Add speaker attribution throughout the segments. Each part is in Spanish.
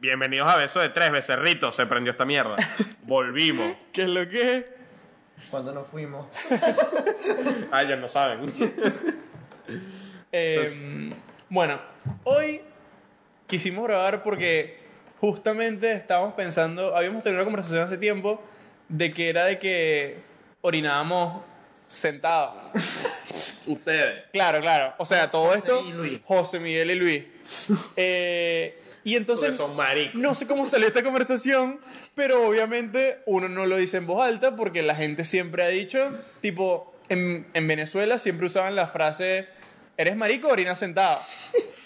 Speaker 1: Bienvenidos a Beso de Tres, Becerrito. Se prendió esta mierda. Volvimos.
Speaker 2: ¿Qué es lo que es?
Speaker 3: Cuando nos fuimos.
Speaker 1: Ah, ellos no saben.
Speaker 2: Eh, bueno, hoy quisimos grabar porque justamente estábamos pensando, habíamos tenido una conversación hace tiempo de que era de que orinábamos sentados.
Speaker 1: Ustedes.
Speaker 2: Claro, claro. O sea, todo
Speaker 3: José
Speaker 2: esto.
Speaker 3: y Luis.
Speaker 2: José Miguel y Luis. Eh, y
Speaker 1: Porque
Speaker 2: entonces.
Speaker 1: son maricos.
Speaker 2: No sé cómo salió esta conversación, pero obviamente uno no lo dice en voz alta porque la gente siempre ha dicho, tipo, en, en Venezuela siempre usaban la frase, eres marico, orina sentado.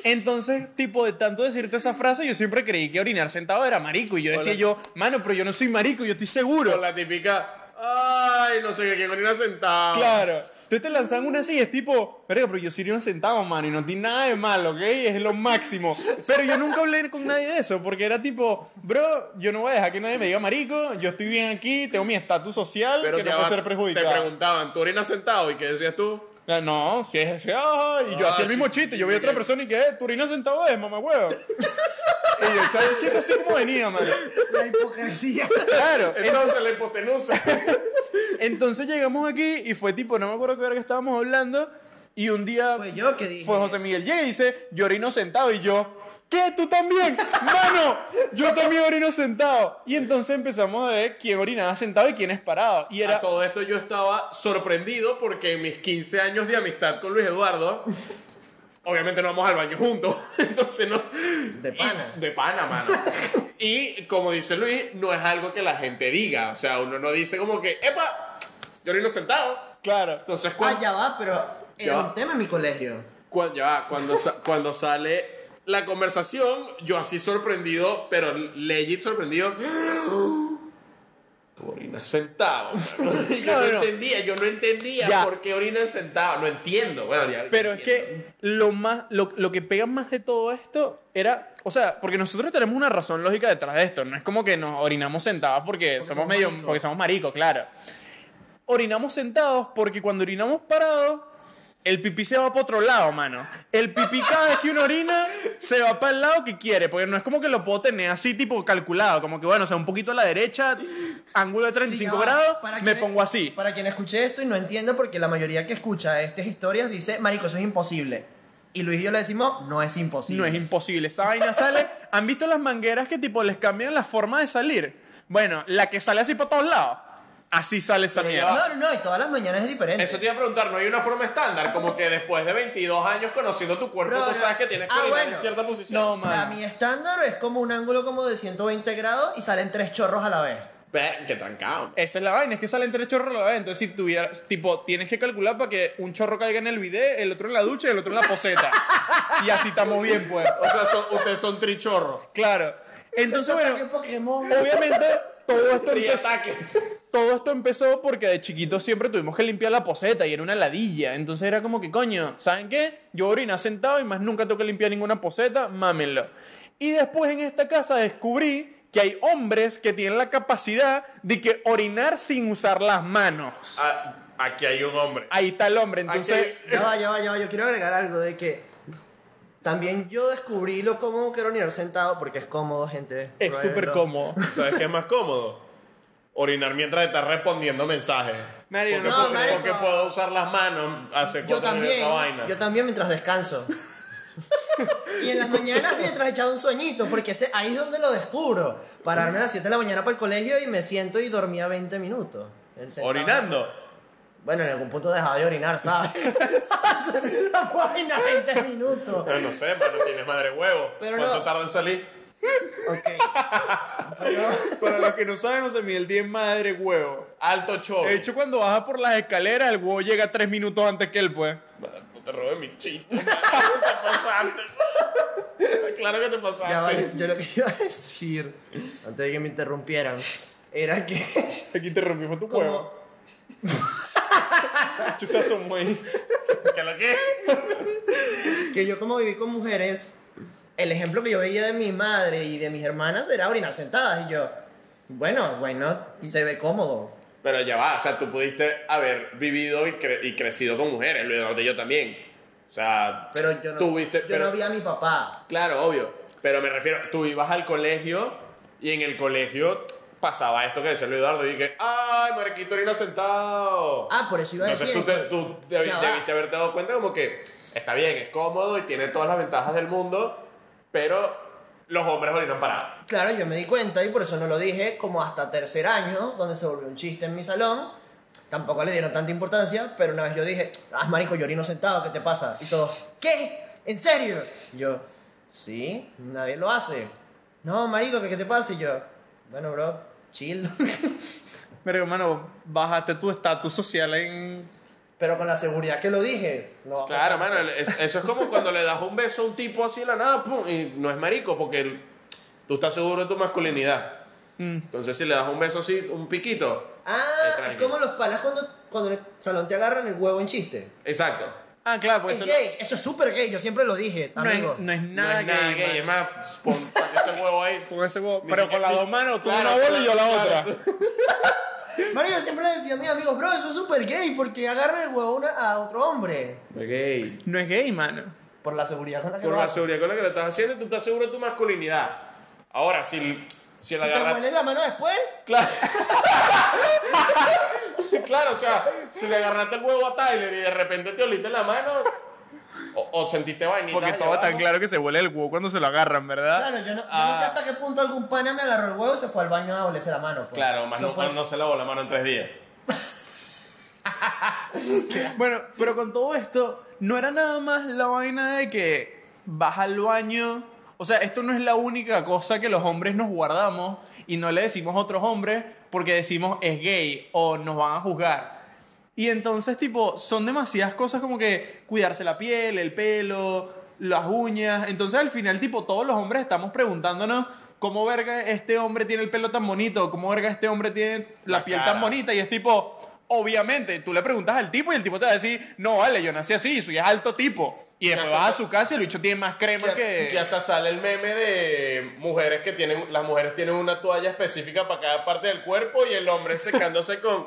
Speaker 2: Entonces, tipo, de tanto decirte esa frase, yo siempre creí que orinar sentado era marico. Y yo decía
Speaker 1: Hola.
Speaker 2: yo, mano, pero yo no soy marico, yo estoy seguro.
Speaker 1: Con la típica. Ay, no sé qué, que con una sentada.
Speaker 2: Claro. Entonces te lanzan una así, es tipo, verga, pero yo sirvo un centavo, mano, y no tiene nada de malo, ¿ok? Es lo máximo. Pero yo nunca hablé con nadie de eso, porque era tipo, bro, yo no voy a dejar que nadie me diga marico, yo estoy bien aquí, tengo mi estatus social,
Speaker 1: Pero
Speaker 2: que no
Speaker 1: te
Speaker 2: puedo
Speaker 1: va-
Speaker 2: ser
Speaker 1: Te
Speaker 2: perjudicado.
Speaker 1: preguntaban, ¿tú orinas sentado? ¿Y qué decías tú?
Speaker 2: Ah, No, si es ese, ah, y yo
Speaker 1: Ah,
Speaker 2: hacía el mismo
Speaker 1: sí,
Speaker 2: chiste, yo vi a
Speaker 1: sí,
Speaker 2: otra
Speaker 1: que-
Speaker 2: persona y que, eh, turino sentado es, mamá huevo. y yo echaba el chiste así como venía, mano.
Speaker 3: La hipocresía.
Speaker 2: Claro,
Speaker 1: Entonces, la hipotenusa.
Speaker 2: entonces llegamos aquí y fue tipo, no me acuerdo qué verga estábamos hablando, y un día...
Speaker 3: Fue yo que dije.
Speaker 2: Fue José Miguel llega y dice, yo orino sentado. Y yo, ¿qué? ¿Tú también? ¡Mano! Yo también orino sentado. Y entonces empezamos a ver quién orinaba sentado y quién es parado. Y
Speaker 1: A
Speaker 2: era...
Speaker 1: todo esto yo estaba sorprendido porque en mis 15 años de amistad con Luis Eduardo, obviamente no vamos al baño juntos, entonces no...
Speaker 3: De pana.
Speaker 1: Y- de pana, mano. y como dice Luis, no es algo que la gente diga, o sea, uno no dice como que, ¡epa! Yo orino sentado.
Speaker 2: Claro.
Speaker 1: Entonces,
Speaker 3: Ah,
Speaker 1: cuando,
Speaker 3: ya va, pero
Speaker 1: Ya
Speaker 3: era
Speaker 1: va.
Speaker 3: un tema en mi colegio.
Speaker 1: cuando, cuando, sa- cuando sale la conversación, yo así sorprendido, pero legit sorprendido... Tú orinas sentado. mano. Y yo
Speaker 2: No,
Speaker 1: no,
Speaker 2: no.
Speaker 1: entendía, yo no entendía
Speaker 2: Ya.
Speaker 1: por qué orinan sentado. No entiendo. Bueno, ya-
Speaker 2: Pero
Speaker 1: ya
Speaker 2: es
Speaker 1: entiendo.
Speaker 2: que lo, más, lo, lo que pega más de todo esto era... O sea, porque nosotros tenemos una razón lógica detrás de esto. No es como que nos orinamos sentados porque, somos,
Speaker 3: somos
Speaker 2: medio...
Speaker 3: maricos.
Speaker 2: Porque somos maricos, claro. Orinamos sentados porque cuando orinamos parados... El pipí se va para otro lado, mano. El pipí cada vez que uno orina se va para el lado que quiere, porque no es como que lo puedo tener así tipo calculado, como que bueno, o sea, un poquito a la derecha, ángulo de 35
Speaker 3: Sí, ya va.
Speaker 2: grados,
Speaker 3: Para
Speaker 2: me
Speaker 3: quien-
Speaker 2: pongo así.
Speaker 3: Para quien escuche esto y no entienda, porque la mayoría que escucha estas historias dice, marico, eso es imposible. Y Luis y yo le decimos, no es imposible.
Speaker 2: No es imposible. Esa vaina sale. ¿Han visto las mangueras que tipo les cambian la forma de salir? Bueno, la que sale así para todos lados. Así sale esa mierda.
Speaker 3: No, no, no, y todas las mañanas es diferente.
Speaker 1: Eso te iba a preguntar, ¿no hay una forma estándar? Como que después de 22 años conociendo tu cuerpo,
Speaker 3: No,
Speaker 1: tú
Speaker 3: no.
Speaker 1: sabes que tienes que
Speaker 3: Ah,
Speaker 1: orinar en
Speaker 3: bueno.
Speaker 1: cierta posición.
Speaker 2: No,
Speaker 3: Para
Speaker 2: man.
Speaker 3: mi estándar es como un ángulo como de 120 grados y salen tres chorros a la vez.
Speaker 1: Ve, Qué trancado.
Speaker 2: Esa es la vaina, es que salen tres chorros a la vez. Entonces, si tuvieras, tipo, tienes que calcular para que un chorro caiga en el bidet, el otro en la ducha y el otro en la poseta. y así estamos bien, pues.
Speaker 1: O sea, son- ustedes son trichorros.
Speaker 2: Claro. Entonces,
Speaker 3: ¿Qué
Speaker 2: bueno,
Speaker 3: Pokémon?
Speaker 2: obviamente todo esto empezó.
Speaker 1: Triataque.
Speaker 2: todo esto empezó porque de chiquitos siempre tuvimos que limpiar la poseta y era una ladilla. Entonces era como que, coño, ¿saben qué? Yo orina sentado y más nunca tengo que limpiar ninguna poseta, mámenlo. Y después en esta casa descubrí que hay hombres que tienen la capacidad de que orinar sin usar las manos.
Speaker 1: Ah, aquí hay un hombre.
Speaker 2: Ahí está el hombre, entonces...
Speaker 1: Aquí-
Speaker 3: Ya va, ya va, ya va. Yo quiero agregar algo de que también yo descubrí lo cómodo que era orinar sentado porque es cómodo, gente.
Speaker 2: Es
Speaker 3: Pruébenlo.
Speaker 2: súper cómodo.
Speaker 1: ¿Sabes qué es más cómodo? Orinar mientras estás respondiendo mensajes.
Speaker 2: Marico,
Speaker 1: porque,
Speaker 2: no,
Speaker 1: porque-
Speaker 3: marico.
Speaker 1: porque puedo usar las manos. Hace
Speaker 3: Yo
Speaker 1: cuatro
Speaker 3: también,
Speaker 1: años esta vaina.
Speaker 3: yo también mientras descanso. y en las mañanas mientras echaba un sueñito, porque ese- ahí es donde lo descubro. Pararme a las 7 de la mañana para el colegio y me siento y dormía 20 minutos. El sentado-
Speaker 1: Orinando.
Speaker 3: Bueno, en algún punto dejaba de orinar, ¿sabes? no puedo orinar 20 minutos.
Speaker 1: Ah, No sé, mano, tienes madre huevo.
Speaker 3: Pero
Speaker 1: ¿Cuánto
Speaker 3: no.
Speaker 1: tarda en salir?
Speaker 3: Ok.
Speaker 2: Para los que no saben, José Miguel tiene madre huevo.
Speaker 1: Alto chorro.
Speaker 2: De hecho, cuando baja por las escaleras, el huevo llega tres minutos antes que él, pues.
Speaker 1: Mano, No te robes mi chiste. mano. Te pasaste. Claro que te pasaste.
Speaker 3: Ya va, yo yo lo que iba a decir, antes de que me interrumpieran, era que...
Speaker 2: Aquí te rompimos tu
Speaker 3: como-
Speaker 2: huevo. Yo se asomó ahí.
Speaker 1: ¿Qué lo que?
Speaker 3: que yo como viví con mujeres, el ejemplo que yo veía de mi madre y de mis hermanas era orinar sentadas. Y yo, bueno, bueno, se ve cómodo.
Speaker 1: Pero ya va, o sea, tú pudiste haber vivido y, cre- y crecido con mujeres, Luis Eduardo y yo también. O sea,
Speaker 3: Pero yo no,
Speaker 1: tuviste,
Speaker 3: yo
Speaker 1: pero-
Speaker 3: no vi a mi papá.
Speaker 1: Claro, obvio. Pero me refiero, tú ibas al colegio y en el colegio pasaba esto que decía Luis Eduardo y que, ¡ay, Marquito orina sentado!
Speaker 3: Ah, por eso iba a decir.
Speaker 1: Entonces tú, te- tú debi-
Speaker 3: Ya va.
Speaker 1: debiste haberte dado cuenta como que está bien, es cómodo y tiene todas las ventajas del mundo, pero los hombres orinan parados.
Speaker 3: Claro, yo me di cuenta y por eso no lo dije como hasta tercer año, donde se volvió un chiste en mi salón. Tampoco le dieron tanta importancia, pero una vez yo dije, ah, marico, yo orino sentado, ¿qué te pasa? Y todos, ¿qué? ¿En serio? Y yo, sí, nadie lo hace. No, marico, ¿qué, qué te pasa? Y yo, bueno, bro, chill.
Speaker 2: Pero hermano, bajaste tu estatus social en...
Speaker 3: pero con la seguridad que lo dije. No,
Speaker 1: Claro, mano, es- eso es como cuando le das un beso a un tipo así de la nada, pum, y no es marico, porque el- tú estás seguro de tu masculinidad.
Speaker 2: Mm.
Speaker 1: Entonces si le das un beso así, un piquito,
Speaker 2: Eh,
Speaker 3: Ah,
Speaker 1: Extraño.
Speaker 3: es como los palas cuando, cuando en el salón te agarran el huevo en chiste.
Speaker 1: exacto.
Speaker 2: Ah, claro, pues
Speaker 3: Es
Speaker 2: eso no-
Speaker 3: gay, eso es súper gay, yo siempre lo dije,
Speaker 2: no,
Speaker 3: amigo.
Speaker 2: es, no es nada
Speaker 1: no es nada
Speaker 2: gay,
Speaker 1: gay, es
Speaker 2: man.
Speaker 1: más, pon saca ese huevo ahí.
Speaker 2: Con ese huevo.
Speaker 1: Ni
Speaker 2: Pero
Speaker 1: siquiera-
Speaker 2: con las dos manos, tú
Speaker 1: Claro,
Speaker 2: una bola y yo la
Speaker 1: claro,
Speaker 2: otra.
Speaker 1: claro.
Speaker 3: Mario, yo siempre le decía a mis amigos, bro, eso es súper gay porque agarran el huevo una- a otro hombre.
Speaker 1: Gay.
Speaker 2: No es gay, mano.
Speaker 3: Por la seguridad con la que
Speaker 1: Por
Speaker 3: lo
Speaker 1: la
Speaker 3: hacen.
Speaker 1: seguridad con la que lo estás haciendo, tú estás seguro de tu masculinidad. Ahora, si, si la
Speaker 3: Si te
Speaker 1: agarraste.
Speaker 3: huele la mano después,
Speaker 1: Claro, o sea, si le agarraste el huevo a Tyler y de repente te oliste la mano. O, o sentiste vainita.
Speaker 2: Porque todo
Speaker 1: llevado.
Speaker 2: tan claro que se huele el huevo cuando se lo agarran, ¿verdad?
Speaker 3: claro, yo no, yo no sé
Speaker 2: Ah,
Speaker 3: hasta qué punto algún pana me agarró el huevo y se fue al baño a olerse la mano. pues.
Speaker 1: Claro, más
Speaker 3: Eso
Speaker 1: no,
Speaker 3: fue-
Speaker 1: no se lavó la mano en tres días.
Speaker 2: Bueno, pero con todo esto, no era nada más la vaina de que vas al baño. O sea, esto no es la única cosa que los hombres nos guardamos y no le decimos a otros hombres porque decimos es gay o nos van a juzgar. Y entonces, tipo, son demasiadas cosas como que cuidarse la piel, el pelo, las uñas. Entonces, al final, tipo, todos los hombres estamos preguntándonos cómo verga este hombre tiene el pelo tan bonito, cómo verga este hombre tiene la,
Speaker 1: La
Speaker 2: piel
Speaker 1: cara.
Speaker 2: tan bonita. Y es tipo, obviamente, tú le preguntas al tipo y el tipo te va a decir, no, vale, yo nací así, soy alto tipo. Y después vas a su casa y el bicho tiene más crema
Speaker 1: Ya,
Speaker 2: que...
Speaker 1: ya hasta sale el meme de eh, mujeres que tienen. Las mujeres tienen una toalla específica para cada parte del cuerpo y el hombre secándose con.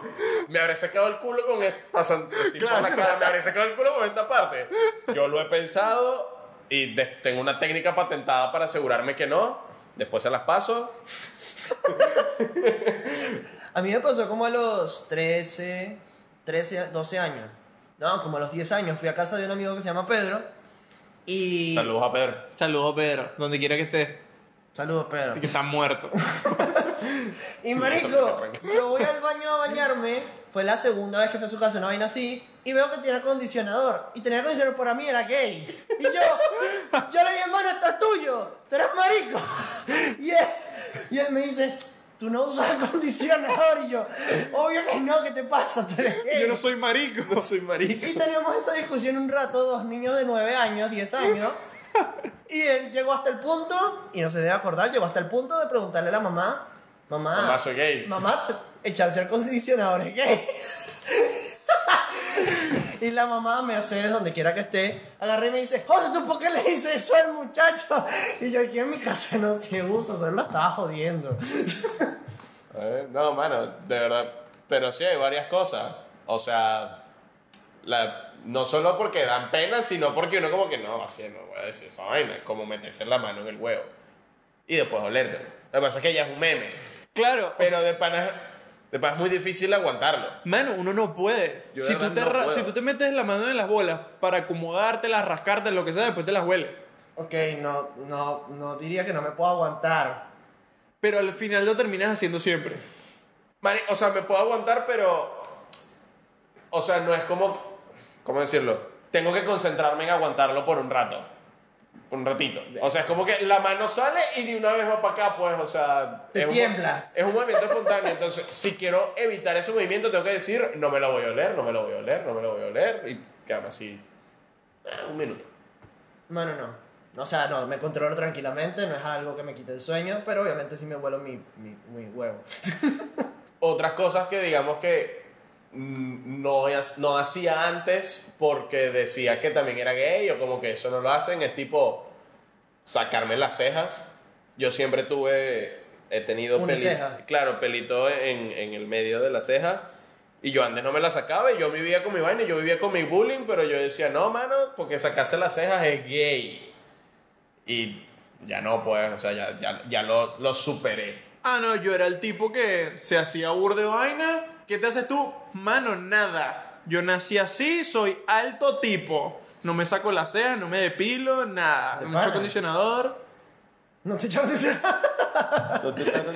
Speaker 1: Me habré secado el culo con. el- pasan- así por la cara, me habré secado el culo con esta parte. Yo lo he pensado y de- tengo una técnica patentada para asegurarme que no. Después se las paso.
Speaker 3: A mí me pasó como a los 13, 13, 12 años. No, como a los 10 años. Fui a casa de un amigo que se llama Pedro. Y.
Speaker 1: Saludos a Pedro.
Speaker 2: Saludos, Pedro, donde quiera que estés,
Speaker 3: Saludos, Pedro.
Speaker 2: que estás muerto.
Speaker 3: Y
Speaker 1: Tranquilo,
Speaker 3: marico, yo voy al baño a bañarme, fue la segunda vez que fue a su casa una vaina así, y veo que tiene acondicionador. Y tenía acondicionador para mí, era gay. Y yo, yo le dije, hermano, esto es tuyo, tú eres marico. Y él, y él me dice, tú no usas acondicionador. Y yo, obvio que no, ¿qué te pasa? Tú eres gay.
Speaker 2: yo no soy marico. No soy marico.
Speaker 3: Y teníamos esa discusión un rato, dos niños de 9 años, 10 años. Y él llegó hasta el punto, y no se debe acordar, llegó hasta el punto de preguntarle a la mamá, mamá,
Speaker 1: Mamá, soy gay.
Speaker 3: mamá, t- echarse al condicionador es gay. y la mamá, Mercedes, donde quiera que esté, agarré y me dice, José, ¿tú por qué le dices eso al muchacho? Y yo, aquí en mi casa no se usa, solo lo estaba jodiendo.
Speaker 1: Eh, No, mano, de verdad. Pero sí hay varias cosas. O sea, la- no solo porque dan pena, sino porque uno como que no, así no voy a decir esa vaina. Es como meterse la mano en el huevo. Y después olerte. Lo que pasa es que ya es un meme.
Speaker 2: Claro,
Speaker 1: Pero de pana, de pana es muy difícil aguantarlo.
Speaker 2: Mano, uno no puede.
Speaker 1: Yo de
Speaker 2: Si tú,
Speaker 1: verdad
Speaker 2: te
Speaker 1: no
Speaker 2: ra-
Speaker 1: puedo.
Speaker 2: si tú te metes la mano en las bolas para acomodártelas, rascártelas, lo que sea, después te las huele.
Speaker 3: Ok, no, no, no diría que no me puedo aguantar.
Speaker 2: Pero al final lo terminas haciendo siempre.
Speaker 1: Mari- o sea, me puedo aguantar, pero... O sea, no es como... ¿Cómo decirlo? Tengo que concentrarme en aguantarlo por un rato. Un ratito. O sea, es como que la mano sale y de una vez va para acá, pues, o sea...
Speaker 3: Te
Speaker 1: es un-
Speaker 3: tiembla.
Speaker 1: es un movimiento espontáneo. Entonces, si quiero evitar ese movimiento, tengo que decir, no me lo voy a oler, no me lo voy a oler, no me lo voy a oler. Y quedarme así... eh, un minuto.
Speaker 3: Mano, no. O sea, no, me controlo tranquilamente, no es algo que me quite el sueño, pero obviamente sí me vuelo mi, mi, mi huevo.
Speaker 1: otras cosas que digamos que mm, no, ha- no hacía antes porque decía que también era gay o como que eso no lo hacen es tipo sacarme las cejas. Yo siempre tuve, he tenido
Speaker 3: Una
Speaker 1: pelito,
Speaker 3: ceja.
Speaker 1: claro, pelito en, en el medio de la ceja. Y yo antes no me la sacaba y yo vivía con mi vaina y yo vivía con mi bullying, pero yo decía, no, mano, porque sacarse las cejas es gay. Y ya no, pues, o sea, ya, ya, ya lo, lo superé.
Speaker 2: Ah, no, yo era el tipo que se hacía burde vaina. ¿Qué te haces tú? Mano, nada. Yo nací así, soy alto tipo. No me saco las cejas, no me depilo, nada.
Speaker 3: De
Speaker 2: No me echo
Speaker 3: pana.
Speaker 2: acondicionador
Speaker 3: No te echas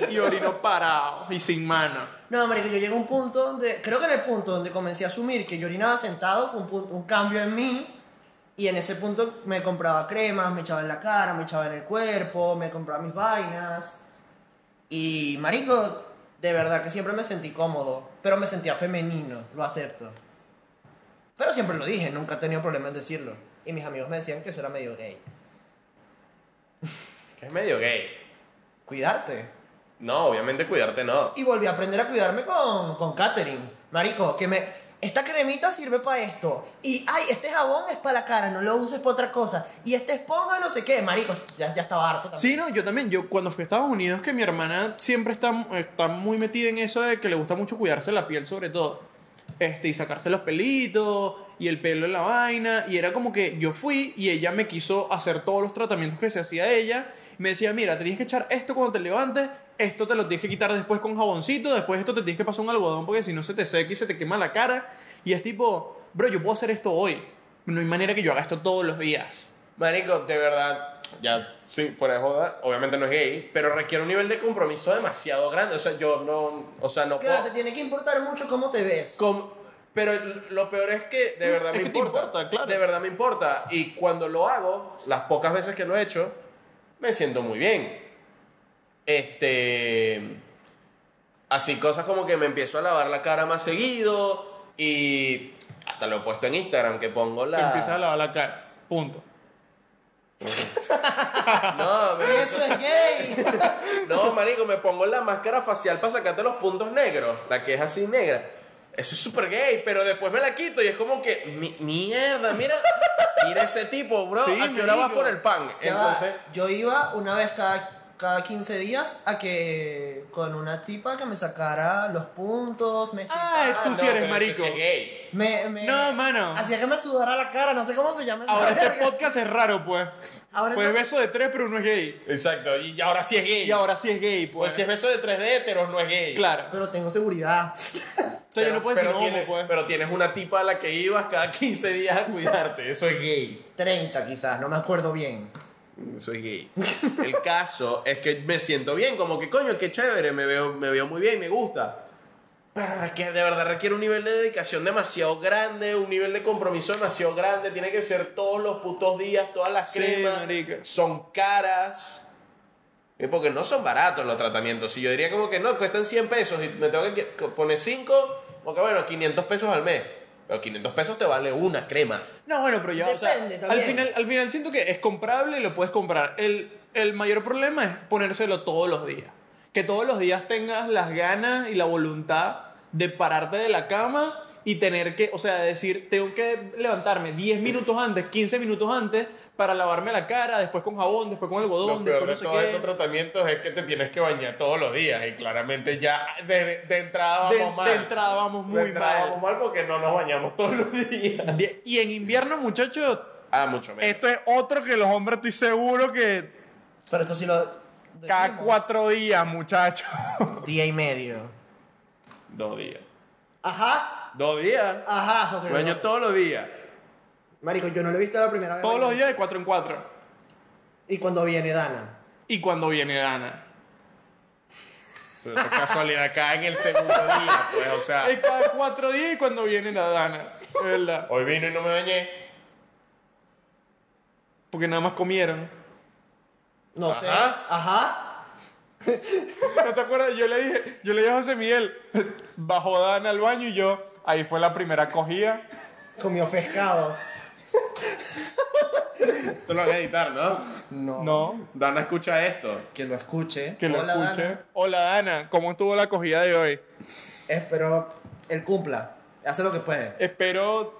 Speaker 2: y orino parado y sin mano.
Speaker 3: No, marico, yo llegué a un punto donde, creo que en el punto donde comencé a asumir que yo orinaba sentado fue un, punto- un cambio en mí. Y en ese punto me compraba cremas, me echaba en la cara, me echaba en el cuerpo, me compraba mis vainas. Y, marico, de verdad que siempre me sentí cómodo, pero me sentía femenino, lo acepto. Pero siempre lo dije, nunca he tenido problema en decirlo. Y mis amigos me decían que eso era medio gay.
Speaker 1: Que es medio gay.
Speaker 3: Cuidarte.
Speaker 1: No, obviamente cuidarte no.
Speaker 3: Y volví a aprender a cuidarme con, con Catherine. Marico, que me. Esta cremita sirve para esto. Y, ay, este jabón es para la cara, no lo uses para otra cosa. Y este esponja no sé qué, marico. Ya, ya estaba harto. también.
Speaker 2: Sí, no, yo también. Yo cuando fui a Estados Unidos, que mi hermana siempre está, está muy metida en eso de que le gusta mucho cuidarse la piel, sobre todo. Este, y sacarse los pelitos y el pelo en la vaina. Y era como que yo fui y ella me quiso hacer todos los tratamientos que se hacía ella. Me decía, mira, te tienes que echar esto cuando te levantes, esto te lo tienes que quitar después con jaboncito, después esto te tienes que pasar un algodón porque si no se te seca y se te quema la cara. Y es tipo, bro, yo puedo hacer esto hoy. No hay manera que yo haga esto todos los días.
Speaker 1: Marico, de verdad, ya sí, fuera de joda, obviamente no es gay, pero requiere un nivel de compromiso demasiado grande. O sea, yo no, o sea, no
Speaker 3: Claro, te
Speaker 1: puedo.
Speaker 3: tiene que importar mucho cómo te ves.
Speaker 1: com- pero lo peor es que de verdad
Speaker 2: Es
Speaker 1: me
Speaker 2: que te
Speaker 1: importa.
Speaker 2: importa, claro.
Speaker 1: De verdad me importa. Y cuando lo hago, las pocas veces que lo he hecho, me siento muy bien. Este. Así cosas como que me empiezo a lavar la cara más seguido y hasta lo he puesto en Instagram que pongo la.
Speaker 2: Te empiezas a lavar la cara. Punto.
Speaker 1: No, me empiezo-
Speaker 3: Eso es gay.
Speaker 1: No, marico, me pongo la máscara facial para sacarte los puntos negros, la que es así negra. Eso es súper gay, pero después me la quito y es como que, mi- mierda, mira, mira ese tipo, bro,
Speaker 2: Sí,
Speaker 1: ¿a qué hora vas
Speaker 2: marico.
Speaker 1: por el pan?
Speaker 3: Ya va,
Speaker 1: Entonces,
Speaker 3: Yo iba una vez cada, cada 15 días a que. con una tipa que me sacara los puntos, me.
Speaker 2: Ah, tú sí
Speaker 1: no, pero eso
Speaker 2: eres
Speaker 1: sí
Speaker 2: marico.
Speaker 1: es gay.
Speaker 3: me- me-
Speaker 2: No, mano.
Speaker 3: Hacía que me sudara la cara, no sé cómo se llama esa
Speaker 2: Ahora este
Speaker 3: verga.
Speaker 2: podcast es raro, pues.
Speaker 3: Ahora
Speaker 2: pues
Speaker 3: eso-
Speaker 2: beso de tres, pero uno es gay.
Speaker 1: Exacto, y ahora sí es gay.
Speaker 2: Y ahora sí es gay, pues.
Speaker 1: pues si es beso de 3D heteros, no es gay.
Speaker 2: Claro.
Speaker 3: Pero tengo seguridad.
Speaker 2: O sea, yo no puedo decir homo,
Speaker 1: tienes,
Speaker 2: pues.
Speaker 1: Pero tienes una tipa a la que ibas cada 15 días a cuidarte, eso es gay.
Speaker 3: 30 quizás, no me acuerdo bien.
Speaker 1: Soy gay. El caso es que me siento bien, como que coño, qué chévere, me veo, me veo muy bien, me gusta. Pero es que de verdad requiere un nivel de dedicación demasiado grande, un nivel de compromiso demasiado grande. Tiene que ser todos los putos días, todas las
Speaker 2: Sí,
Speaker 1: cremas.
Speaker 2: marica.
Speaker 1: Son caras. Es porque no son baratos los tratamientos. Si yo diría como que no, cuestan 100 pesos y me tengo que poner 5, porque bueno, 500 pesos al mes. Pero 500 pesos te vale una crema.
Speaker 2: No, bueno, pero ya,
Speaker 3: Depende
Speaker 2: o sea, al
Speaker 3: también.
Speaker 2: final, al final siento que es comprable y lo puedes comprar. El, el mayor problema es ponérselo todos los días. Que todos los días tengas las ganas y la voluntad de pararte de la cama y tener que, o sea, decir, tengo que levantarme 10 minutos antes, 15 minutos antes para lavarme la cara, después con jabón, después con algodón,
Speaker 1: Lo peor
Speaker 2: después
Speaker 1: de
Speaker 2: no sé
Speaker 1: todos
Speaker 2: qué.
Speaker 1: esos tratamientos es que te tienes que bañar todos los días y claramente ya de, de entrada vamos
Speaker 2: De- de
Speaker 1: mal.
Speaker 2: entrada vamos
Speaker 1: De
Speaker 2: muy
Speaker 1: entrada
Speaker 2: mal.
Speaker 1: vamos mal porque no nos bañamos todos los días.
Speaker 2: Die- Y en invierno, muchachos,
Speaker 1: Ah, mucho menos.
Speaker 2: esto es otro que los hombres estoy seguro que
Speaker 3: Pero esto sí lo.
Speaker 2: cada
Speaker 3: decimos.
Speaker 2: cuatro días, muchachos.
Speaker 3: Día y medio.
Speaker 1: Dos días.
Speaker 3: Ajá,
Speaker 1: Dos días.
Speaker 3: ajá, José.
Speaker 1: Me baño
Speaker 3: Gregorio.
Speaker 1: todos los días.
Speaker 3: Marico, yo no lo he visto la primera vez.
Speaker 2: Todos los
Speaker 3: bañando.
Speaker 2: días de cuatro en cuatro.
Speaker 3: Y cuando viene Dana.
Speaker 2: Y cuando viene Dana.
Speaker 1: Pero eso es casualidad cae en el segundo día, pues, o sea.
Speaker 2: Es cada cuatro días y cuando viene la Dana. Es verdad.
Speaker 1: Hoy vino y no me bañé.
Speaker 2: Porque nada más comieron.
Speaker 3: No sé.
Speaker 1: Ajá.
Speaker 3: Ajá.
Speaker 2: ¿No te acuerdas? Yo le dije, yo le dije a José Miguel, bajó Dana al baño y yo, ahí fue la primera cogida.
Speaker 3: Comió pescado.
Speaker 1: Esto lo van a editar, ¿no?
Speaker 3: No.
Speaker 2: No,
Speaker 1: Dana escucha esto.
Speaker 3: Que lo escuche.
Speaker 2: que lo
Speaker 3: Hola,
Speaker 2: escuche.
Speaker 3: Dana.
Speaker 2: Hola Dana, ¿cómo estuvo la cogida de hoy?
Speaker 3: Espero él cumpla. Hace lo que puede.
Speaker 2: Espero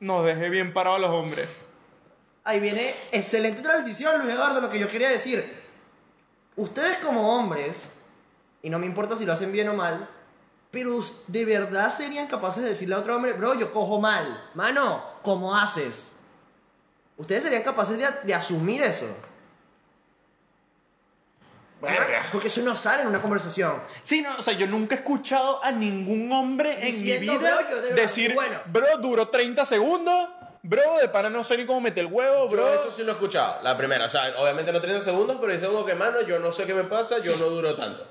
Speaker 2: nos deje bien parados a los hombres.
Speaker 3: Ahí viene excelente transición, Luis Eduardo, lo que yo quería decir. Ustedes como hombres, y no me importa si lo hacen bien o mal, pero us- de verdad serían capaces de decirle a otro hombre, bro, yo cojo mal. Mano, ¿cómo haces? Ustedes serían capaces de, de asumir eso.
Speaker 1: Verga.
Speaker 3: Porque eso no sale en una conversación.
Speaker 2: Sí, no, o sea, yo nunca he escuchado a ningún hombre en mi
Speaker 3: Diciendo,
Speaker 2: vida
Speaker 3: "Bro, yo de verdad
Speaker 2: decir,
Speaker 3: soy bueno".
Speaker 2: bro, duró 30 segundos, bro, de pana no sé ni cómo meter el
Speaker 1: Yo
Speaker 2: huevo, bro.
Speaker 1: eso sí lo he escuchado, la primera. O sea, obviamente no 30 segundos, pero dice como que, mano, yo no sé qué me pasa, yo no duro tanto.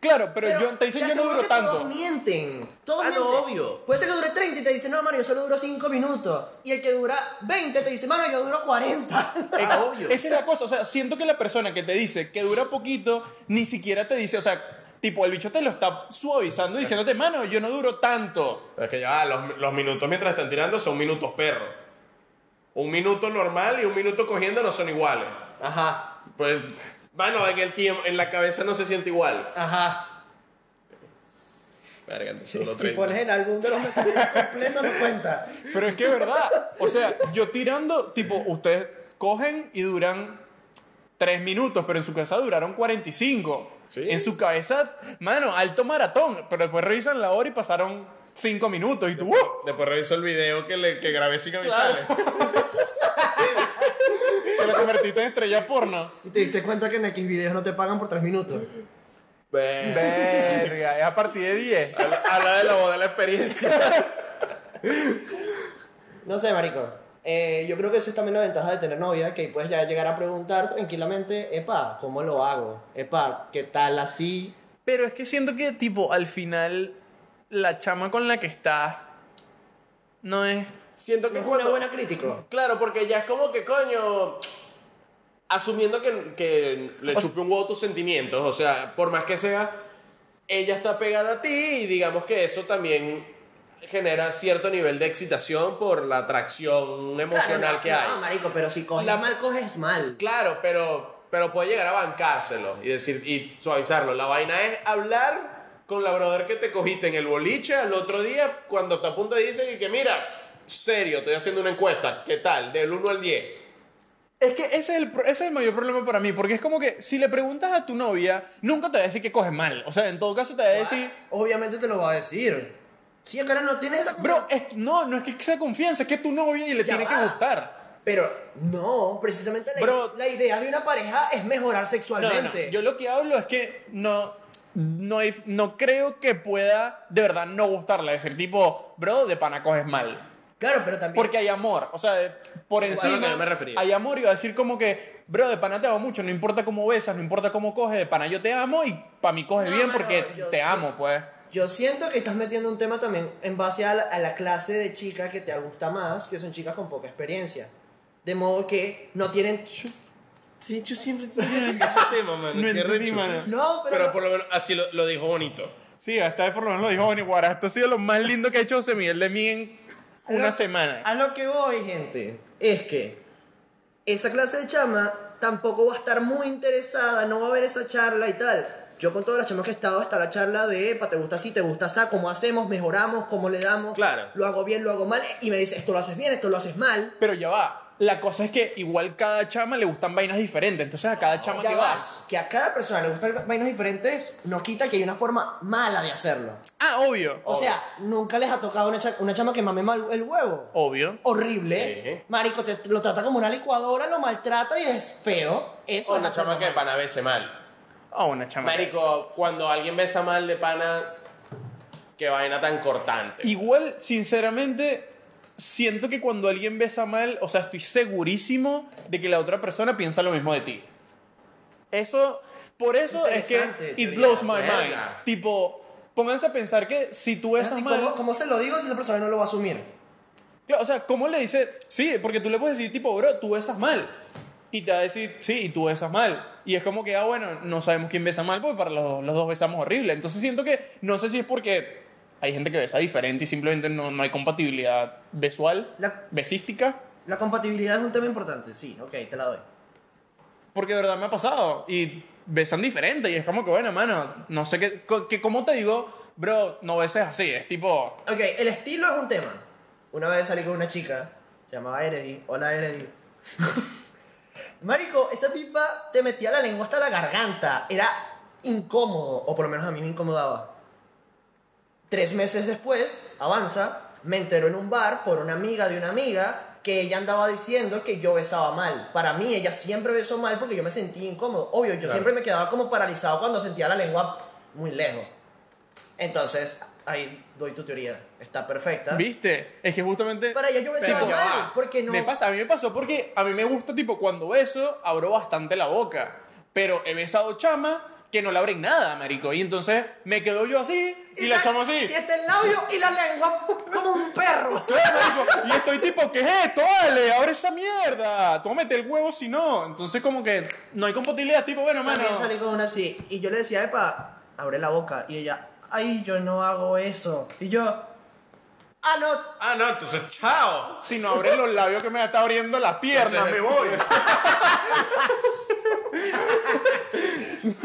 Speaker 2: Claro, pero, yo te dicen yo no
Speaker 3: aseguro
Speaker 2: duro
Speaker 3: que
Speaker 2: tanto.
Speaker 3: Todos mienten. Todos
Speaker 1: Ah, no,
Speaker 3: mienten.
Speaker 1: obvio.
Speaker 3: Puede ser que dure 30 y te dice, no, mano, yo solo duro 5 minutos. Y el que dura 20 te dice, mano, yo duro 40.
Speaker 2: Ex-
Speaker 1: Ah, obvio.
Speaker 2: Esa es la cosa, o sea, siento que la persona que te dice que dura poquito, ni siquiera te dice, o sea, tipo, el bicho te lo está suavizando diciéndote, mano, yo no duro tanto.
Speaker 1: Es que ya, los, los minutos mientras están tirando son minutos perro. Un minuto normal y un minuto cogiendo no son iguales.
Speaker 3: Ajá,
Speaker 1: Pues, mano, en el tiempo, en la cabeza no se siente igual.
Speaker 3: ajá.
Speaker 1: Verga, entonces solo
Speaker 3: Si
Speaker 1: 30.
Speaker 3: pones el álbum de los mensajes completo, no cuenta.
Speaker 2: Pero es que es verdad, o sea, yo tirando, tipo, ustedes cogen y duran 3 minutos, pero en su casa duraron 45.
Speaker 1: Sí.
Speaker 2: En su cabeza, mano, alto maratón, pero después revisan la hora y pasaron 5 minutos y tú, ¡uh!
Speaker 1: Después reviso el video que, le, que grabé sin avisarle.
Speaker 2: te lo convertiste en estrella porno.
Speaker 3: Y te diste cuenta que en X videos no te pagan por 3 minutos.
Speaker 1: Ve.
Speaker 2: Verga, es a partir de 10.
Speaker 1: Habla- Habla de la voz de la experiencia.
Speaker 3: No sé, marico. Eh, yo creo que eso es también la ventaja de tener novia, que puedes ya llegar a preguntar tranquilamente, epa, ¿cómo lo hago? Epa, ¿qué tal así?
Speaker 2: Pero es que siento que, tipo, al final, la chama con la que estás no es.
Speaker 1: Siento
Speaker 3: No
Speaker 1: que
Speaker 3: es una
Speaker 1: cuando...
Speaker 3: buena crítico.
Speaker 1: Claro, porque ya es como que, coño... Asumiendo que, que le
Speaker 2: O sea-
Speaker 1: chupe un huevo tus sentimientos, o sea, por más que sea, ella está pegada a ti y digamos que eso también genera cierto nivel de excitación por la atracción emocional
Speaker 3: Claro, no,
Speaker 1: que
Speaker 3: no,
Speaker 1: hay.
Speaker 3: marico, pero si coges
Speaker 1: La-
Speaker 3: mal, coges mal.
Speaker 1: Claro, pero, pero puede llegar a bancárselo y decir y suavizarlo. La vaina es hablar con la brother que te cogiste en el boliche al otro día cuando te apunta y dicen y que mira, serio, estoy haciendo una encuesta, ¿qué tal? Del 1 al 10.
Speaker 2: Es que ese es, el, pro- ese es el mayor problema para mí, porque es como que si le preguntas a tu novia, nunca te va a decir que coges mal. O sea, en todo caso te va a decir.
Speaker 3: Obviamente te lo va a decir. Si el cara no tiene esa
Speaker 2: Bro, es- no, no es que sea confianza, es que es tu novia y le
Speaker 3: Ya
Speaker 2: tiene
Speaker 3: va.
Speaker 2: que gustar.
Speaker 3: Pero no, precisamente la,
Speaker 2: Bro.
Speaker 3: la idea de una pareja es mejorar
Speaker 2: No, no,
Speaker 3: sexualmente.
Speaker 2: Yo lo que hablo es que no. No, hay- no creo que pueda de verdad no gustarla. Decir, tipo, bro, de pana coges mal.
Speaker 3: Claro, pero también.
Speaker 2: Porque hay amor, o sea, de- por
Speaker 1: Eso es a lo
Speaker 2: encima
Speaker 1: que yo me refería.
Speaker 2: hay amor y va a decir como que, bro, de pana te amo mucho, no importa cómo besas, no importa cómo coges, de pana yo te amo y para mí coges
Speaker 3: No,
Speaker 2: bien
Speaker 3: mano,
Speaker 2: porque
Speaker 3: yo
Speaker 2: te
Speaker 3: sí.
Speaker 2: amo, pues.
Speaker 3: Yo siento que estás metiendo un tema también en base a la, a la clase de chica que te gusta más, que son chicas con poca experiencia. De modo que no tienen.
Speaker 1: Sí, yo siempre te ese tema, mano.
Speaker 2: qué recho.
Speaker 3: No, pero.
Speaker 1: Pero por lo menos así lo, lo dijo bonito.
Speaker 2: Sí, hasta por lo menos lo dijo Bonnie Guara, esto ha sido lo más lindo que ha hecho José Miguel de mí en
Speaker 3: a lo-
Speaker 2: una semana.
Speaker 3: A lo que voy, gente, es que esa clase de chama tampoco va a estar muy interesada, no va a ver esa charla y tal. Yo con todas las chamas que he estado hasta la charla de, epa, te gusta así, te gusta así, cómo hacemos, mejoramos, cómo le damos,
Speaker 1: Claro.
Speaker 3: lo hago bien, lo hago mal, y me dice, esto lo haces bien, esto lo haces mal.
Speaker 2: Pero ya va, la cosa es que igual cada chama le gustan vainas diferentes, entonces a cada chama
Speaker 3: Ya
Speaker 2: que
Speaker 3: va,
Speaker 2: vas.
Speaker 3: Que a cada persona le gustan vainas diferentes, no quita que hay una forma mala de hacerlo.
Speaker 2: Ah, obvio.
Speaker 3: O sea, nunca les ha tocado una, cha- una chama que mame mal el huevo.
Speaker 2: Obvio.
Speaker 3: horrible.
Speaker 1: Sí.
Speaker 3: Marico, te, lo trata como una licuadora, lo maltrata y es feo. Eso
Speaker 1: O
Speaker 3: es
Speaker 1: una
Speaker 3: hacerlo
Speaker 1: chama que de
Speaker 3: mal.
Speaker 1: pana bese mal.
Speaker 2: O una chama. que-
Speaker 1: Marico, cuando alguien besa mal de pana, qué vaina tan cortante.
Speaker 2: Igual, sinceramente, siento que cuando alguien besa mal, o sea, estoy segurísimo de que la otra persona piensa lo mismo de ti. Eso, por eso es que
Speaker 3: Interesante,
Speaker 2: it
Speaker 3: teoría.
Speaker 2: blows my
Speaker 1: Verga.
Speaker 2: mind. Tipo, pónganse a pensar que si tú
Speaker 3: Es
Speaker 2: besas
Speaker 3: así,
Speaker 2: mal,
Speaker 3: ¿cómo, cómo se lo digo si esa persona no lo va a asumir?
Speaker 2: Claro, o sea, ¿cómo le dice? Sí, porque tú le puedes decir, tipo, bro, tú besas mal. Y te va a decir, sí, y tú besas mal. Y es como que, ah, bueno, no sabemos quién besa mal, porque para los, dos- los dos besamos horrible. Entonces siento que, no sé si es porque hay gente que besa diferente y simplemente no, no hay compatibilidad visual,
Speaker 3: La-
Speaker 2: besística.
Speaker 3: La compatibilidad es un tema importante, sí, ok, te la doy.
Speaker 2: Porque de verdad me ha pasado. Y besan diferente. Y es como que, bueno, mano, no sé qué, co- que, ¿cómo te digo? Bro, no beses así. Es tipo,
Speaker 3: Ok, el estilo es un tema. Una vez salí con una chica, se llamaba Eredi. Hola, Eredi. Marico, esa tipa te metía la lengua hasta la garganta. Era incómodo, o por lo menos a mí me incomodaba. Tres meses después, avanza, me enteró en un bar por una amiga de una amiga que ella andaba diciendo que yo besaba mal. Para mí, ella siempre besó mal porque yo me sentía incómodo. Obvio, yo siempre me quedaba como paralizado cuando sentía la lengua muy lejos. Entonces, ahí doy tu teoría. Está perfecta.
Speaker 2: ¿Viste? Es que justamente.
Speaker 3: Para ella yo besaba
Speaker 2: Tipo,
Speaker 3: mal,
Speaker 2: ya va.
Speaker 3: porque no.
Speaker 2: Me pasa, a mí me pasó porque a mí me gusta, tipo, cuando beso, abro bastante la boca. Pero he besado chama que no la abren nada, marico. Y entonces me quedo yo así y, la, chama así.
Speaker 3: Y está el labio y la lengua como un perro.
Speaker 2: Claro, marico. Y estoy tipo, ¿qué es esto? Vale, abre esa mierda. Tómate el huevo si no. Entonces, como que no hay compatibilidad. Tipo, bueno, mano.
Speaker 3: También salí con una así. Y yo le decía, Epa, abre la boca. Y ella, ay, yo no hago eso. Y yo, ah, no.
Speaker 1: Ah, no, entonces, chao.
Speaker 2: Si no abres los labios que me está abriendo la pierna,
Speaker 1: Entonces,
Speaker 2: me voy.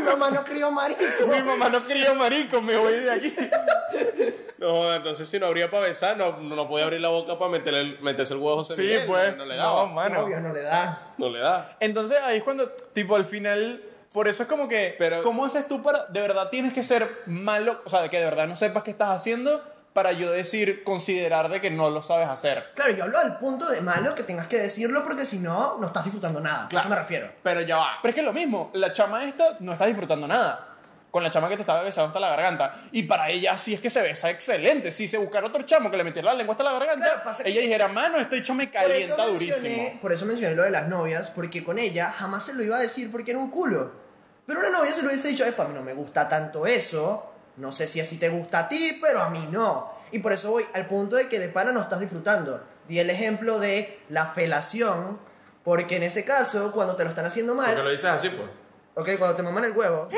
Speaker 3: Mamá no crió marido.
Speaker 2: Mi mamá no crió marico, me voy de aquí.
Speaker 1: No, entonces si no abría para besar, no, no podía abrir la boca para meterle el- meterse el huevo a José
Speaker 2: Sí,
Speaker 1: Miguel,
Speaker 2: pues.
Speaker 1: No le
Speaker 2: No,
Speaker 1: daba. No,
Speaker 2: mano.
Speaker 3: Obvio, no le da.
Speaker 1: le da.
Speaker 2: Entonces ahí es cuando, tipo, al final, por eso es como que,
Speaker 1: Pero-
Speaker 2: ¿cómo haces tú para, de verdad tienes que ser malo, o sea, que de verdad no sepas qué estás haciendo para yo decir, considerar de que no lo sabes hacer?
Speaker 3: Claro, yo hablo al punto de malo que tengas que decirlo porque si no, no estás disfrutando nada. A
Speaker 2: Claro.
Speaker 3: eso me refiero.
Speaker 2: Pero ya va. Pero es que es lo mismo, la chama esta no está disfrutando nada. Con la chama que te estaba besando hasta la garganta. Y para ella sí es que se besa excelente. Si se buscara otro chamo que le metiera la lengua hasta la garganta,
Speaker 3: Claro, pasa que-
Speaker 2: ella dijera, mano, este hecho me
Speaker 3: Por eso,
Speaker 2: calienta durísimo.
Speaker 3: mencioné, por eso mencioné lo de las novias, porque con ella jamás se lo iba a decir porque era un culo. Pero una novia se lo hubiese dicho, epa, a mí no me gusta tanto eso, no sé si así te gusta a ti, pero a mí no. Y por eso voy al punto de que de pana no estás disfrutando. Di el ejemplo de la felación, porque en ese caso, cuando te lo están haciendo
Speaker 1: Porque lo
Speaker 3: mal,
Speaker 1: dices así, pues.
Speaker 3: ok, cuando te maman el huevo,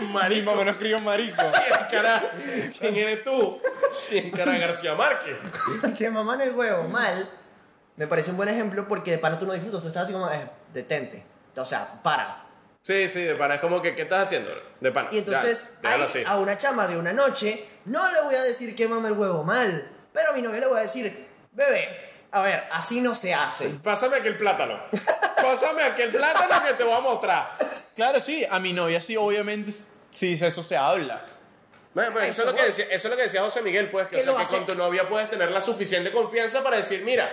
Speaker 2: Mi
Speaker 1: Marico,
Speaker 2: mamá no escribió marico.
Speaker 1: ¿quién cara? ¿Quién eres tú? ¿Quién cara García Márquez?
Speaker 3: te maman el huevo mal, me parece un buen ejemplo porque de pana tú no disfrutas, tú estás así como, eh, detente, o sea, para.
Speaker 1: Sí, sí, de pana. Es como que, ¿qué estás haciendo? De pana.
Speaker 3: Y entonces
Speaker 1: ya, déjalo
Speaker 3: ahí,
Speaker 1: así.
Speaker 3: a una chama de una noche no le voy a decir que mame el huevo mal, pero a mi novia le voy a decir, bebé, a ver, así no se hace.
Speaker 1: Pásame aquel plátano. Pásame aquel plátano que te voy a mostrar.
Speaker 2: Claro, sí, a mi novia sí, obviamente, sí, eso se habla.
Speaker 1: Bueno, pues, eso,
Speaker 3: Eso
Speaker 1: es lo que
Speaker 3: voy.
Speaker 1: decía, eso es lo que decía José Miguel, pues, que,
Speaker 3: Que
Speaker 1: o sea,
Speaker 3: lo
Speaker 1: que
Speaker 3: hace-
Speaker 1: con tu novia puedes tener la suficiente confianza para decir, mira,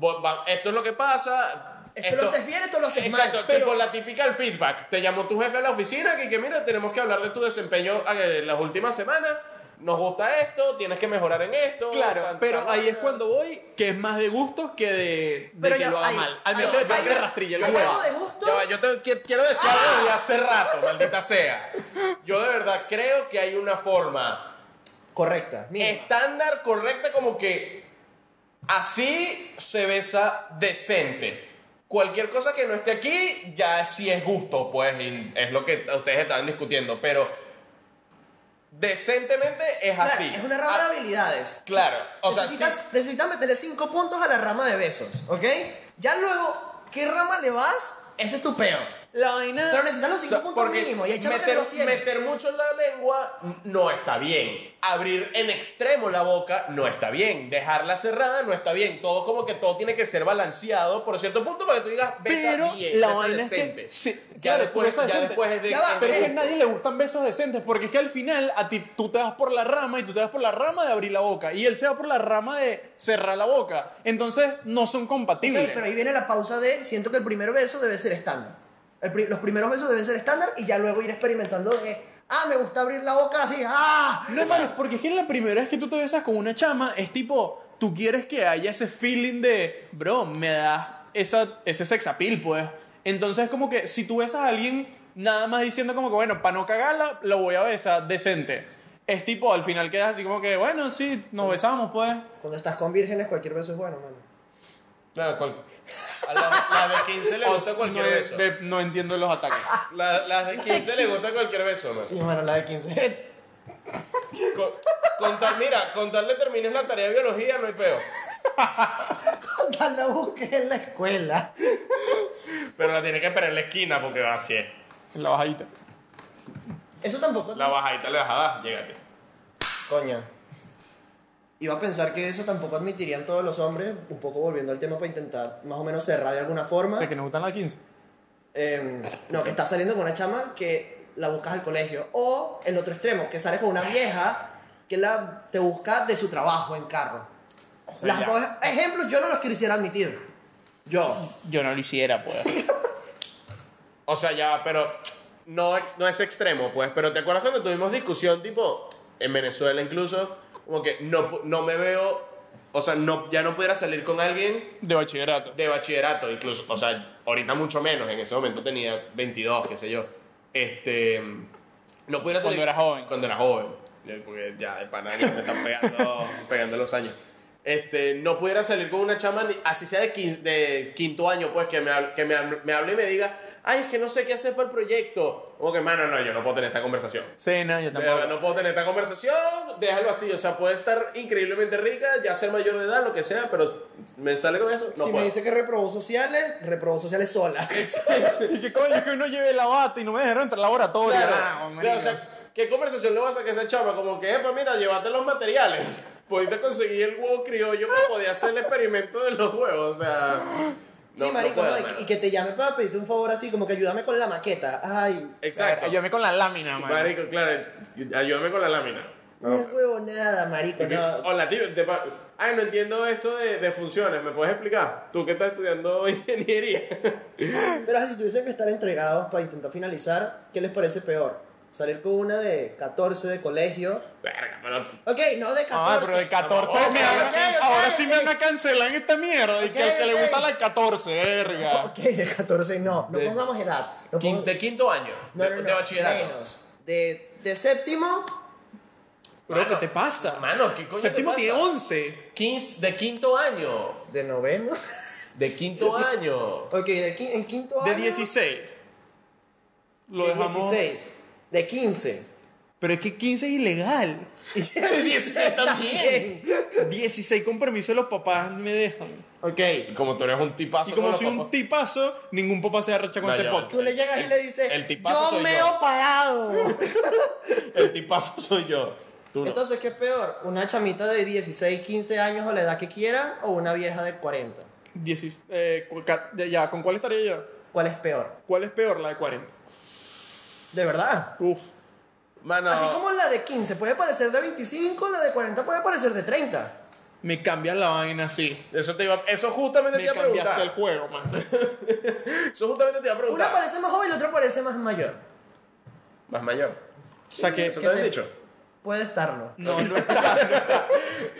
Speaker 1: vo- va- esto es lo que pasa.
Speaker 3: Esto lo haces bien, esto lo haces mal,
Speaker 1: Exacto, pero la típica el feedback. Te llamó tu jefe a la oficina que, que mira, tenemos que hablar de tu desempeño eh, en las últimas semanas. Nos gusta esto, tienes que mejorar en esto.
Speaker 2: Claro,
Speaker 1: tanta
Speaker 2: pero ahí
Speaker 1: vaina".
Speaker 2: es cuando voy, que es más de gustos que de, de
Speaker 3: Pero
Speaker 2: que
Speaker 3: ya,
Speaker 2: lo haga
Speaker 3: ahí,
Speaker 2: mal. Al
Speaker 3: ahí,
Speaker 2: menos de
Speaker 3: ahí,
Speaker 2: que rastrille el
Speaker 3: ahí,
Speaker 2: huevo.
Speaker 3: ahí, de gusto?
Speaker 1: Ya va, yo te- qui- quiero decir algo desde hace rato, maldita sea. Yo de verdad creo que hay una forma
Speaker 3: Correcta, mínima.
Speaker 1: estándar correcta como que así se besa decente. Cualquier cosa que no esté aquí ya sí es gusto, pues, y es lo que ustedes estaban discutiendo, pero decentemente es
Speaker 3: Claro,
Speaker 1: así.
Speaker 3: es una rama de
Speaker 1: Ah,
Speaker 3: habilidades.
Speaker 1: Claro, o sea,
Speaker 3: necesitas,
Speaker 1: sí-
Speaker 3: necesitas meterle 5 puntos a la rama de besos, ¿ok? Ya luego, ¿qué rama le vas? Ese es tu peo.
Speaker 2: La vaina.
Speaker 3: Pero necesitas los
Speaker 1: o
Speaker 3: 5
Speaker 1: sea,
Speaker 3: puntos
Speaker 1: porque
Speaker 3: mínimos y hay chamas que
Speaker 1: meter,
Speaker 3: no los tienen.
Speaker 1: meter mucho en la lengua no está bien. Abrir en extremo la boca no está bien. Dejarla cerrada no está bien. Todo como que todo tiene que ser balanceado por cierto punto para que tú digas, besa
Speaker 2: Pero
Speaker 1: bien,
Speaker 2: la
Speaker 1: besa
Speaker 2: vaina es que-
Speaker 1: decente.
Speaker 2: sí,
Speaker 1: ya
Speaker 2: claro, tú
Speaker 1: después,
Speaker 2: besas
Speaker 1: ya
Speaker 2: decente.
Speaker 1: después es de...
Speaker 3: Ya va,
Speaker 1: es
Speaker 2: Pero es
Speaker 1: de-
Speaker 2: que a nadie le gustan besos decentes, porque es que al final a ti tú te vas por la rama y tú te vas por la rama de abrir la boca y él se va por la rama de cerrar la boca. Entonces no son compatibles.
Speaker 3: Ok, pero ahí viene la pausa de siento que el primer beso debe ser estándar. El pri- los primeros besos deben ser estándar y ya luego ir experimentando de, ah, me gusta abrir la boca así, ah.
Speaker 2: No, mano, porque es que la primera vez que tú te besas con una chama es tipo, tú quieres que haya ese feeling de, bro, me das esa, ese sex appeal, pues. Entonces, como que si tú besas a alguien, nada más diciendo como que, bueno, para no cagarla, lo voy a besar decente. Es tipo, al final quedas así como que, bueno, sí, nos besamos, pues.
Speaker 3: Cuando estás con vírgenes, cualquier beso es bueno, mano.
Speaker 1: Claro, cual- a la, la de 15 le
Speaker 2: O
Speaker 1: gusta
Speaker 2: sea,
Speaker 1: cualquier
Speaker 2: no,
Speaker 1: beso.
Speaker 2: de- no entiendo los ataques.
Speaker 1: La, la de 15 le gusta cualquier beso, man.
Speaker 3: mano, la de 15.
Speaker 1: Con, con tal, mira, con tal le termines la tarea de biología no hay peo.
Speaker 3: Cuando la busqué en la escuela.
Speaker 1: Pero la tiene que esperar en la esquina porque va así es.
Speaker 2: La bajadita.
Speaker 3: Eso tampoco.
Speaker 1: La bajadita le vas a dar, llégate.
Speaker 3: Coño. Iba a pensar que eso tampoco admitirían todos los hombres, un poco volviendo al tema para intentar más o menos cerrar de alguna forma.
Speaker 2: que nos gustan las 15.
Speaker 3: Em, no, que estás saliendo con una chama que la buscas al colegio. O el otro extremo, que sales con una vieja que la, te busca de su trabajo en carro.
Speaker 2: sea,
Speaker 3: Las
Speaker 2: ya.
Speaker 3: dos ejemplos yo no los quisiera admitir. Yo.
Speaker 2: Yo no lo hiciera, pues.
Speaker 1: O sea, ya, pero no, es- no es extremo, pues. Pero ¿te acuerdas cuando tuvimos discusión, tipo, en Venezuela incluso? Como que no, pu- no me veo, o sea, no, ya no pudiera salir con alguien
Speaker 2: De bachillerato.
Speaker 1: de bachillerato, incluso. O sea, ahorita mucho menos, en ese momento tenía 22, qué sé yo. Este. No pudiera salir.
Speaker 2: Cuando era joven.
Speaker 1: Cuando era joven. Eh, Porque ya, de pana, que me están pegando, pegando los años. Este, no pudiera salir con una chama, ni- así sea de, quin- de quinto año, pues, que, me, hab- que me, hab- me hable y me diga, ay, es que no sé qué hacer para el proyecto. Como que, mano, no, yo no puedo tener esta conversación.
Speaker 2: Sí, no, yo
Speaker 1: De verdad,
Speaker 2: tampoco.
Speaker 1: no puedo tener esta conversación, déjalo así. O sea, puede estar increíblemente rica, ya ser mayor de edad, lo que sea, pero me sale con eso. No
Speaker 3: si
Speaker 1: puedo.
Speaker 3: me dice que reprobó sociales, reprobó sociales sola.
Speaker 2: Y que coño, que uno lleve la bata y no me dejaron entrar al laboratorio.
Speaker 1: Claro,
Speaker 2: Ah,
Speaker 1: claro,
Speaker 2: marico.
Speaker 1: o sea, ¿qué conversación le vas a sacar a esa chama? Como que, epa, mira, llévate los materiales. Pudiste conseguir el huevo criollo que podía hacer el experimento de los huevos, o sea... No,
Speaker 3: sí,
Speaker 1: no
Speaker 3: marico,
Speaker 1: puedo,
Speaker 3: no, y-
Speaker 1: mano.
Speaker 3: y que te llame para pedirte un favor así, como que ayúdame con la maqueta. Ay,
Speaker 1: Exacto.
Speaker 2: Ayúdame con la lámina, man.
Speaker 1: Marico, claro, ayúdame con la lámina.
Speaker 3: no es huevo nada, marico.
Speaker 1: Y que-
Speaker 3: No.
Speaker 1: Hola, tío, te pa- Ay, no entiendo esto de, de funciones, ¿me puedes explicar? Tú que estás estudiando ingeniería.
Speaker 3: Pero si tuviesen que estar entregados para intentar finalizar, ¿qué les parece peor? Salir con una de 14 de colegio.
Speaker 1: Verga, pero...
Speaker 3: Ok, no de 14.
Speaker 2: Ah, pero de 14
Speaker 1: Ah,
Speaker 2: me
Speaker 1: ok,
Speaker 2: van a-
Speaker 3: ok, ok,
Speaker 2: ahora sí me
Speaker 3: ok.
Speaker 2: van a cancelar en esta mierda. y que al
Speaker 3: Ok,
Speaker 2: que le
Speaker 3: ok.
Speaker 2: gusta la de 14, verga.
Speaker 3: Ok, de 14 no. No
Speaker 1: De-
Speaker 3: pongamos edad. No
Speaker 1: Quin-
Speaker 3: pongamos-
Speaker 1: de quinto año,
Speaker 3: no,
Speaker 1: de,
Speaker 3: no, no,
Speaker 1: de bachillerato.
Speaker 3: Menos. De, de séptimo.
Speaker 2: Bro, ¿qué te pasa?
Speaker 1: Mano, ¿qué coño
Speaker 2: Séptimo
Speaker 1: te
Speaker 2: tiene
Speaker 1: pasa?
Speaker 2: 11.
Speaker 1: 15 de quinto año.
Speaker 3: De noveno.
Speaker 1: De quinto año.
Speaker 3: Ok, de qui- en quinto
Speaker 2: De
Speaker 3: año.
Speaker 2: 16. Lo
Speaker 3: de
Speaker 2: dejamos.
Speaker 3: 16. De 15.
Speaker 2: Pero es que 15 es ilegal.
Speaker 3: Y de
Speaker 1: 16 también.
Speaker 2: 16 con permiso de los papás me dejan.
Speaker 3: Ok.
Speaker 1: Como tú eres un tipazo.
Speaker 2: Y como
Speaker 1: con
Speaker 2: soy
Speaker 1: los
Speaker 2: un
Speaker 1: papás.
Speaker 2: tipazo, ningún papá se arrecha con
Speaker 1: No,
Speaker 2: este
Speaker 1: ya,
Speaker 2: podcast.
Speaker 3: Tú le llegas y
Speaker 1: El-
Speaker 3: le dices.
Speaker 1: el tipazo
Speaker 3: yo
Speaker 1: soy
Speaker 3: me
Speaker 1: yo".
Speaker 3: he parado.
Speaker 1: El tipazo soy yo. Tú no.
Speaker 3: Entonces, ¿qué es peor? ¿Una chamita de 16, 15 años o la edad que quieran o una vieja de 40?
Speaker 2: 16, eh, cu- ca- ya, ¿con cuál estaría yo?
Speaker 3: ¿Cuál es peor?
Speaker 2: ¿Cuál es peor? La de 40.
Speaker 3: De verdad.
Speaker 2: Uf.
Speaker 1: Mano.
Speaker 3: Así como la de 15 puede parecer de 25, la de 40 puede parecer de 30.
Speaker 2: Me cambian la vaina así.
Speaker 1: Eso te iba. Eso justamente te
Speaker 2: Me
Speaker 1: iba a
Speaker 2: cambiaste el
Speaker 1: preguntar.
Speaker 2: juego, man.
Speaker 1: Eso justamente te iba a
Speaker 3: Una
Speaker 1: preguntar.
Speaker 3: parece más joven y la otra parece más mayor.
Speaker 1: Más mayor.
Speaker 2: O sea que.
Speaker 1: ¿Eso
Speaker 3: ¿qué
Speaker 1: te habían
Speaker 3: te-
Speaker 1: dicho?
Speaker 3: Puede estarlo.
Speaker 2: No, no está, no está.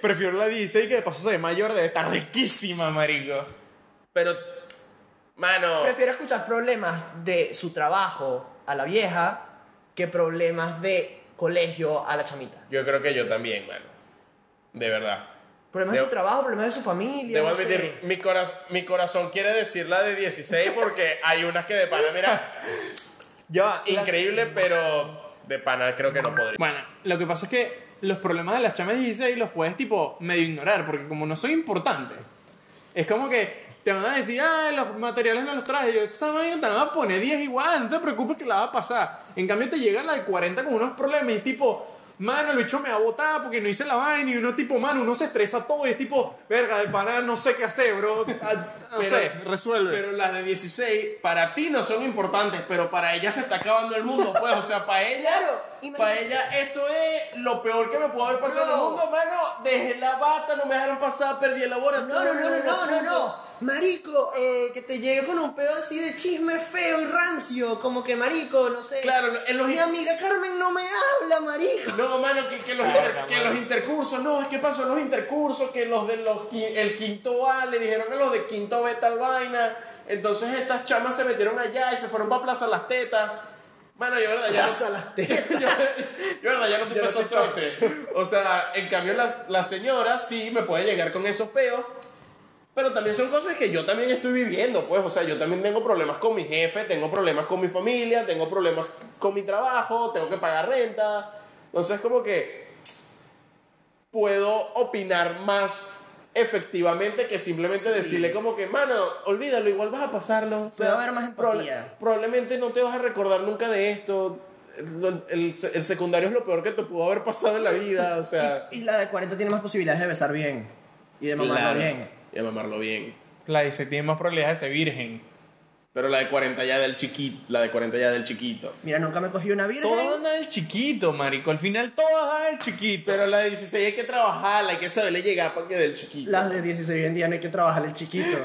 Speaker 2: Prefiero la 16 que de paso se ve mayor, debe estar riquísima, marico.
Speaker 1: Pero. Mano.
Speaker 3: Prefiero escuchar problemas de su trabajo a la vieja que problemas de colegio a la chamita.
Speaker 1: Yo creo que yo también, mano. De verdad.
Speaker 3: Problemas de
Speaker 1: Debo-
Speaker 3: su trabajo, problemas de su familia.
Speaker 1: Debo
Speaker 3: no sé.
Speaker 1: admitir, mi, coraz- mi corazón quiere decir la de 16 porque hay unas que de pana, mira,
Speaker 2: Ya va, la-
Speaker 1: increíble, pero de pana creo que no podría.
Speaker 2: Bueno, lo que pasa es que los problemas de las chamas de 16 los puedes, tipo, medio ignorar, porque como no son importantes, es como que te van a decir, ah, los materiales no los traje. Y yo, esa vaina te van a poner 10 igual, no te preocupes que la va a pasar. En cambio, te llega la de 40 con unos problemas y tipo, mano, el bicho me va a botar porque no hice la vaina. Y uno, tipo, mano, uno se estresa todo y es tipo, verga, de parar, no sé qué hacer, bro. Ah, No
Speaker 1: Pero-
Speaker 2: sé, resuelve.
Speaker 1: Pero las de 16, para ti no son importantes, pero para ella se está acabando el mundo, pues. O sea, para ella,
Speaker 3: Claro,
Speaker 1: para
Speaker 3: imagínate-
Speaker 1: ella esto es lo peor que me pudo haber pasado en el
Speaker 3: Bro.
Speaker 1: mundo, mano. Dejé la bata, no me dejaron pasar, perdí el laboratorio.
Speaker 3: No, no, no, no, no, no, no. Marico, eh, que te llegue con un pedo así de chisme feo y rancio, como que marico, no sé.
Speaker 1: Claro, no, en los-
Speaker 3: Mi amiga Carmen no me habla, marico.
Speaker 1: No, mano, que, que los,
Speaker 2: Verga,
Speaker 1: inter-
Speaker 2: mano.
Speaker 1: que los intercursos, no, es que pasó en los intercursos, que los de los qui- el quinto A le dijeron a los de quinto B tal vaina. Entonces estas chamas se metieron allá y se fueron para Plaza Las Tetas. Mano, yo verdad, ya. no-
Speaker 3: Plaza Las Tetas.
Speaker 1: yo, yo, verdad, ya no te
Speaker 3: Ya no
Speaker 1: peso
Speaker 3: te
Speaker 1: trote. O sea, en cambio, la, la señora sí me puede llegar con esos peos. Pero también son cosas que yo también estoy viviendo, pues. O sea, yo también tengo problemas con mi jefe, tengo problemas con mi familia, tengo problemas con mi trabajo, tengo que pagar renta. Entonces, como que puedo opinar más efectivamente que simplemente decirle como que, mano, olvídalo, igual vas a pasarlo. O
Speaker 3: Puede haber más empatía.
Speaker 1: probablemente no te vas a recordar nunca de esto. El, el- el secundario es lo peor que te pudo haber pasado en la vida, o sea...
Speaker 3: Y la de 40 tiene más posibilidades de besar bien y de mamarlo
Speaker 1: Claro.
Speaker 3: bien.
Speaker 1: Y a mamarlo bien.
Speaker 2: La 16 tiene más probabilidades de ser virgen.
Speaker 1: Pero la de 40 ya del chiquito, la de 40 ya del chiquito.
Speaker 3: Mira, nunca me cogí una virgen.
Speaker 2: Todas andan el chiquito, marico. Al final todas andan el chiquito.
Speaker 1: Pero la de 16 hay que trabajarla, hay que saberle llegar para que del chiquito.
Speaker 3: Las de 16 hoy en día no hay que trabajar el chiquito.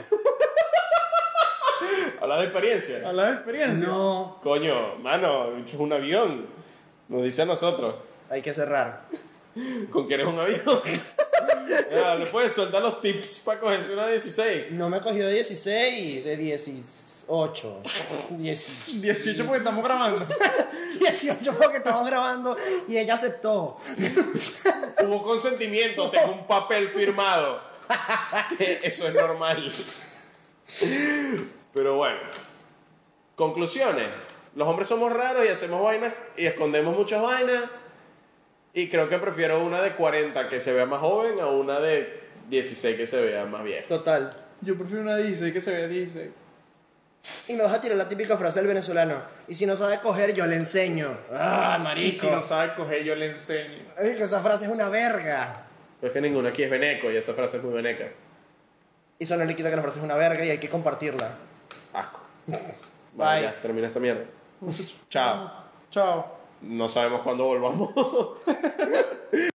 Speaker 1: Habla de experiencia.
Speaker 2: la experiencia.
Speaker 3: No,
Speaker 1: Coño, mano, es un avión. Nos dice a nosotros.
Speaker 3: hay que cerrar.
Speaker 1: ¿Con que eres un avión? Ya, no puedes soltar los tips para cogerse una 16.
Speaker 3: No me cogí de 16, de 18. 18.
Speaker 2: 18 porque estamos grabando.
Speaker 3: 18 porque estamos grabando y ella aceptó.
Speaker 1: Hubo consentimiento, tengo un papel firmado. Que Eso es normal. Pero bueno. Conclusiones. Los hombres somos raros y hacemos vainas y escondemos muchas vainas. Y creo que prefiero una de 40 que se vea más joven a una de 16 que se vea más vieja.
Speaker 3: Total.
Speaker 2: Yo prefiero una 16 que se vea 16.
Speaker 3: Y me vas a tirar la típica frase del venezolano. Y si no sabe coger, yo le enseño. Ah,
Speaker 2: Y si
Speaker 3: marico.
Speaker 2: no sabe coger, yo le enseño.
Speaker 3: Ay, que esa frase es una verga.
Speaker 1: Pero es que ninguna aquí es veneco y esa frase es muy veneca.
Speaker 3: Y eso no le quita que la frase es una verga y hay que compartirla.
Speaker 1: Asco.
Speaker 3: Bye.
Speaker 1: Vale, ya, termina esta mierda. Chao.
Speaker 2: Chao.
Speaker 1: No sabemos cuándo volvamos.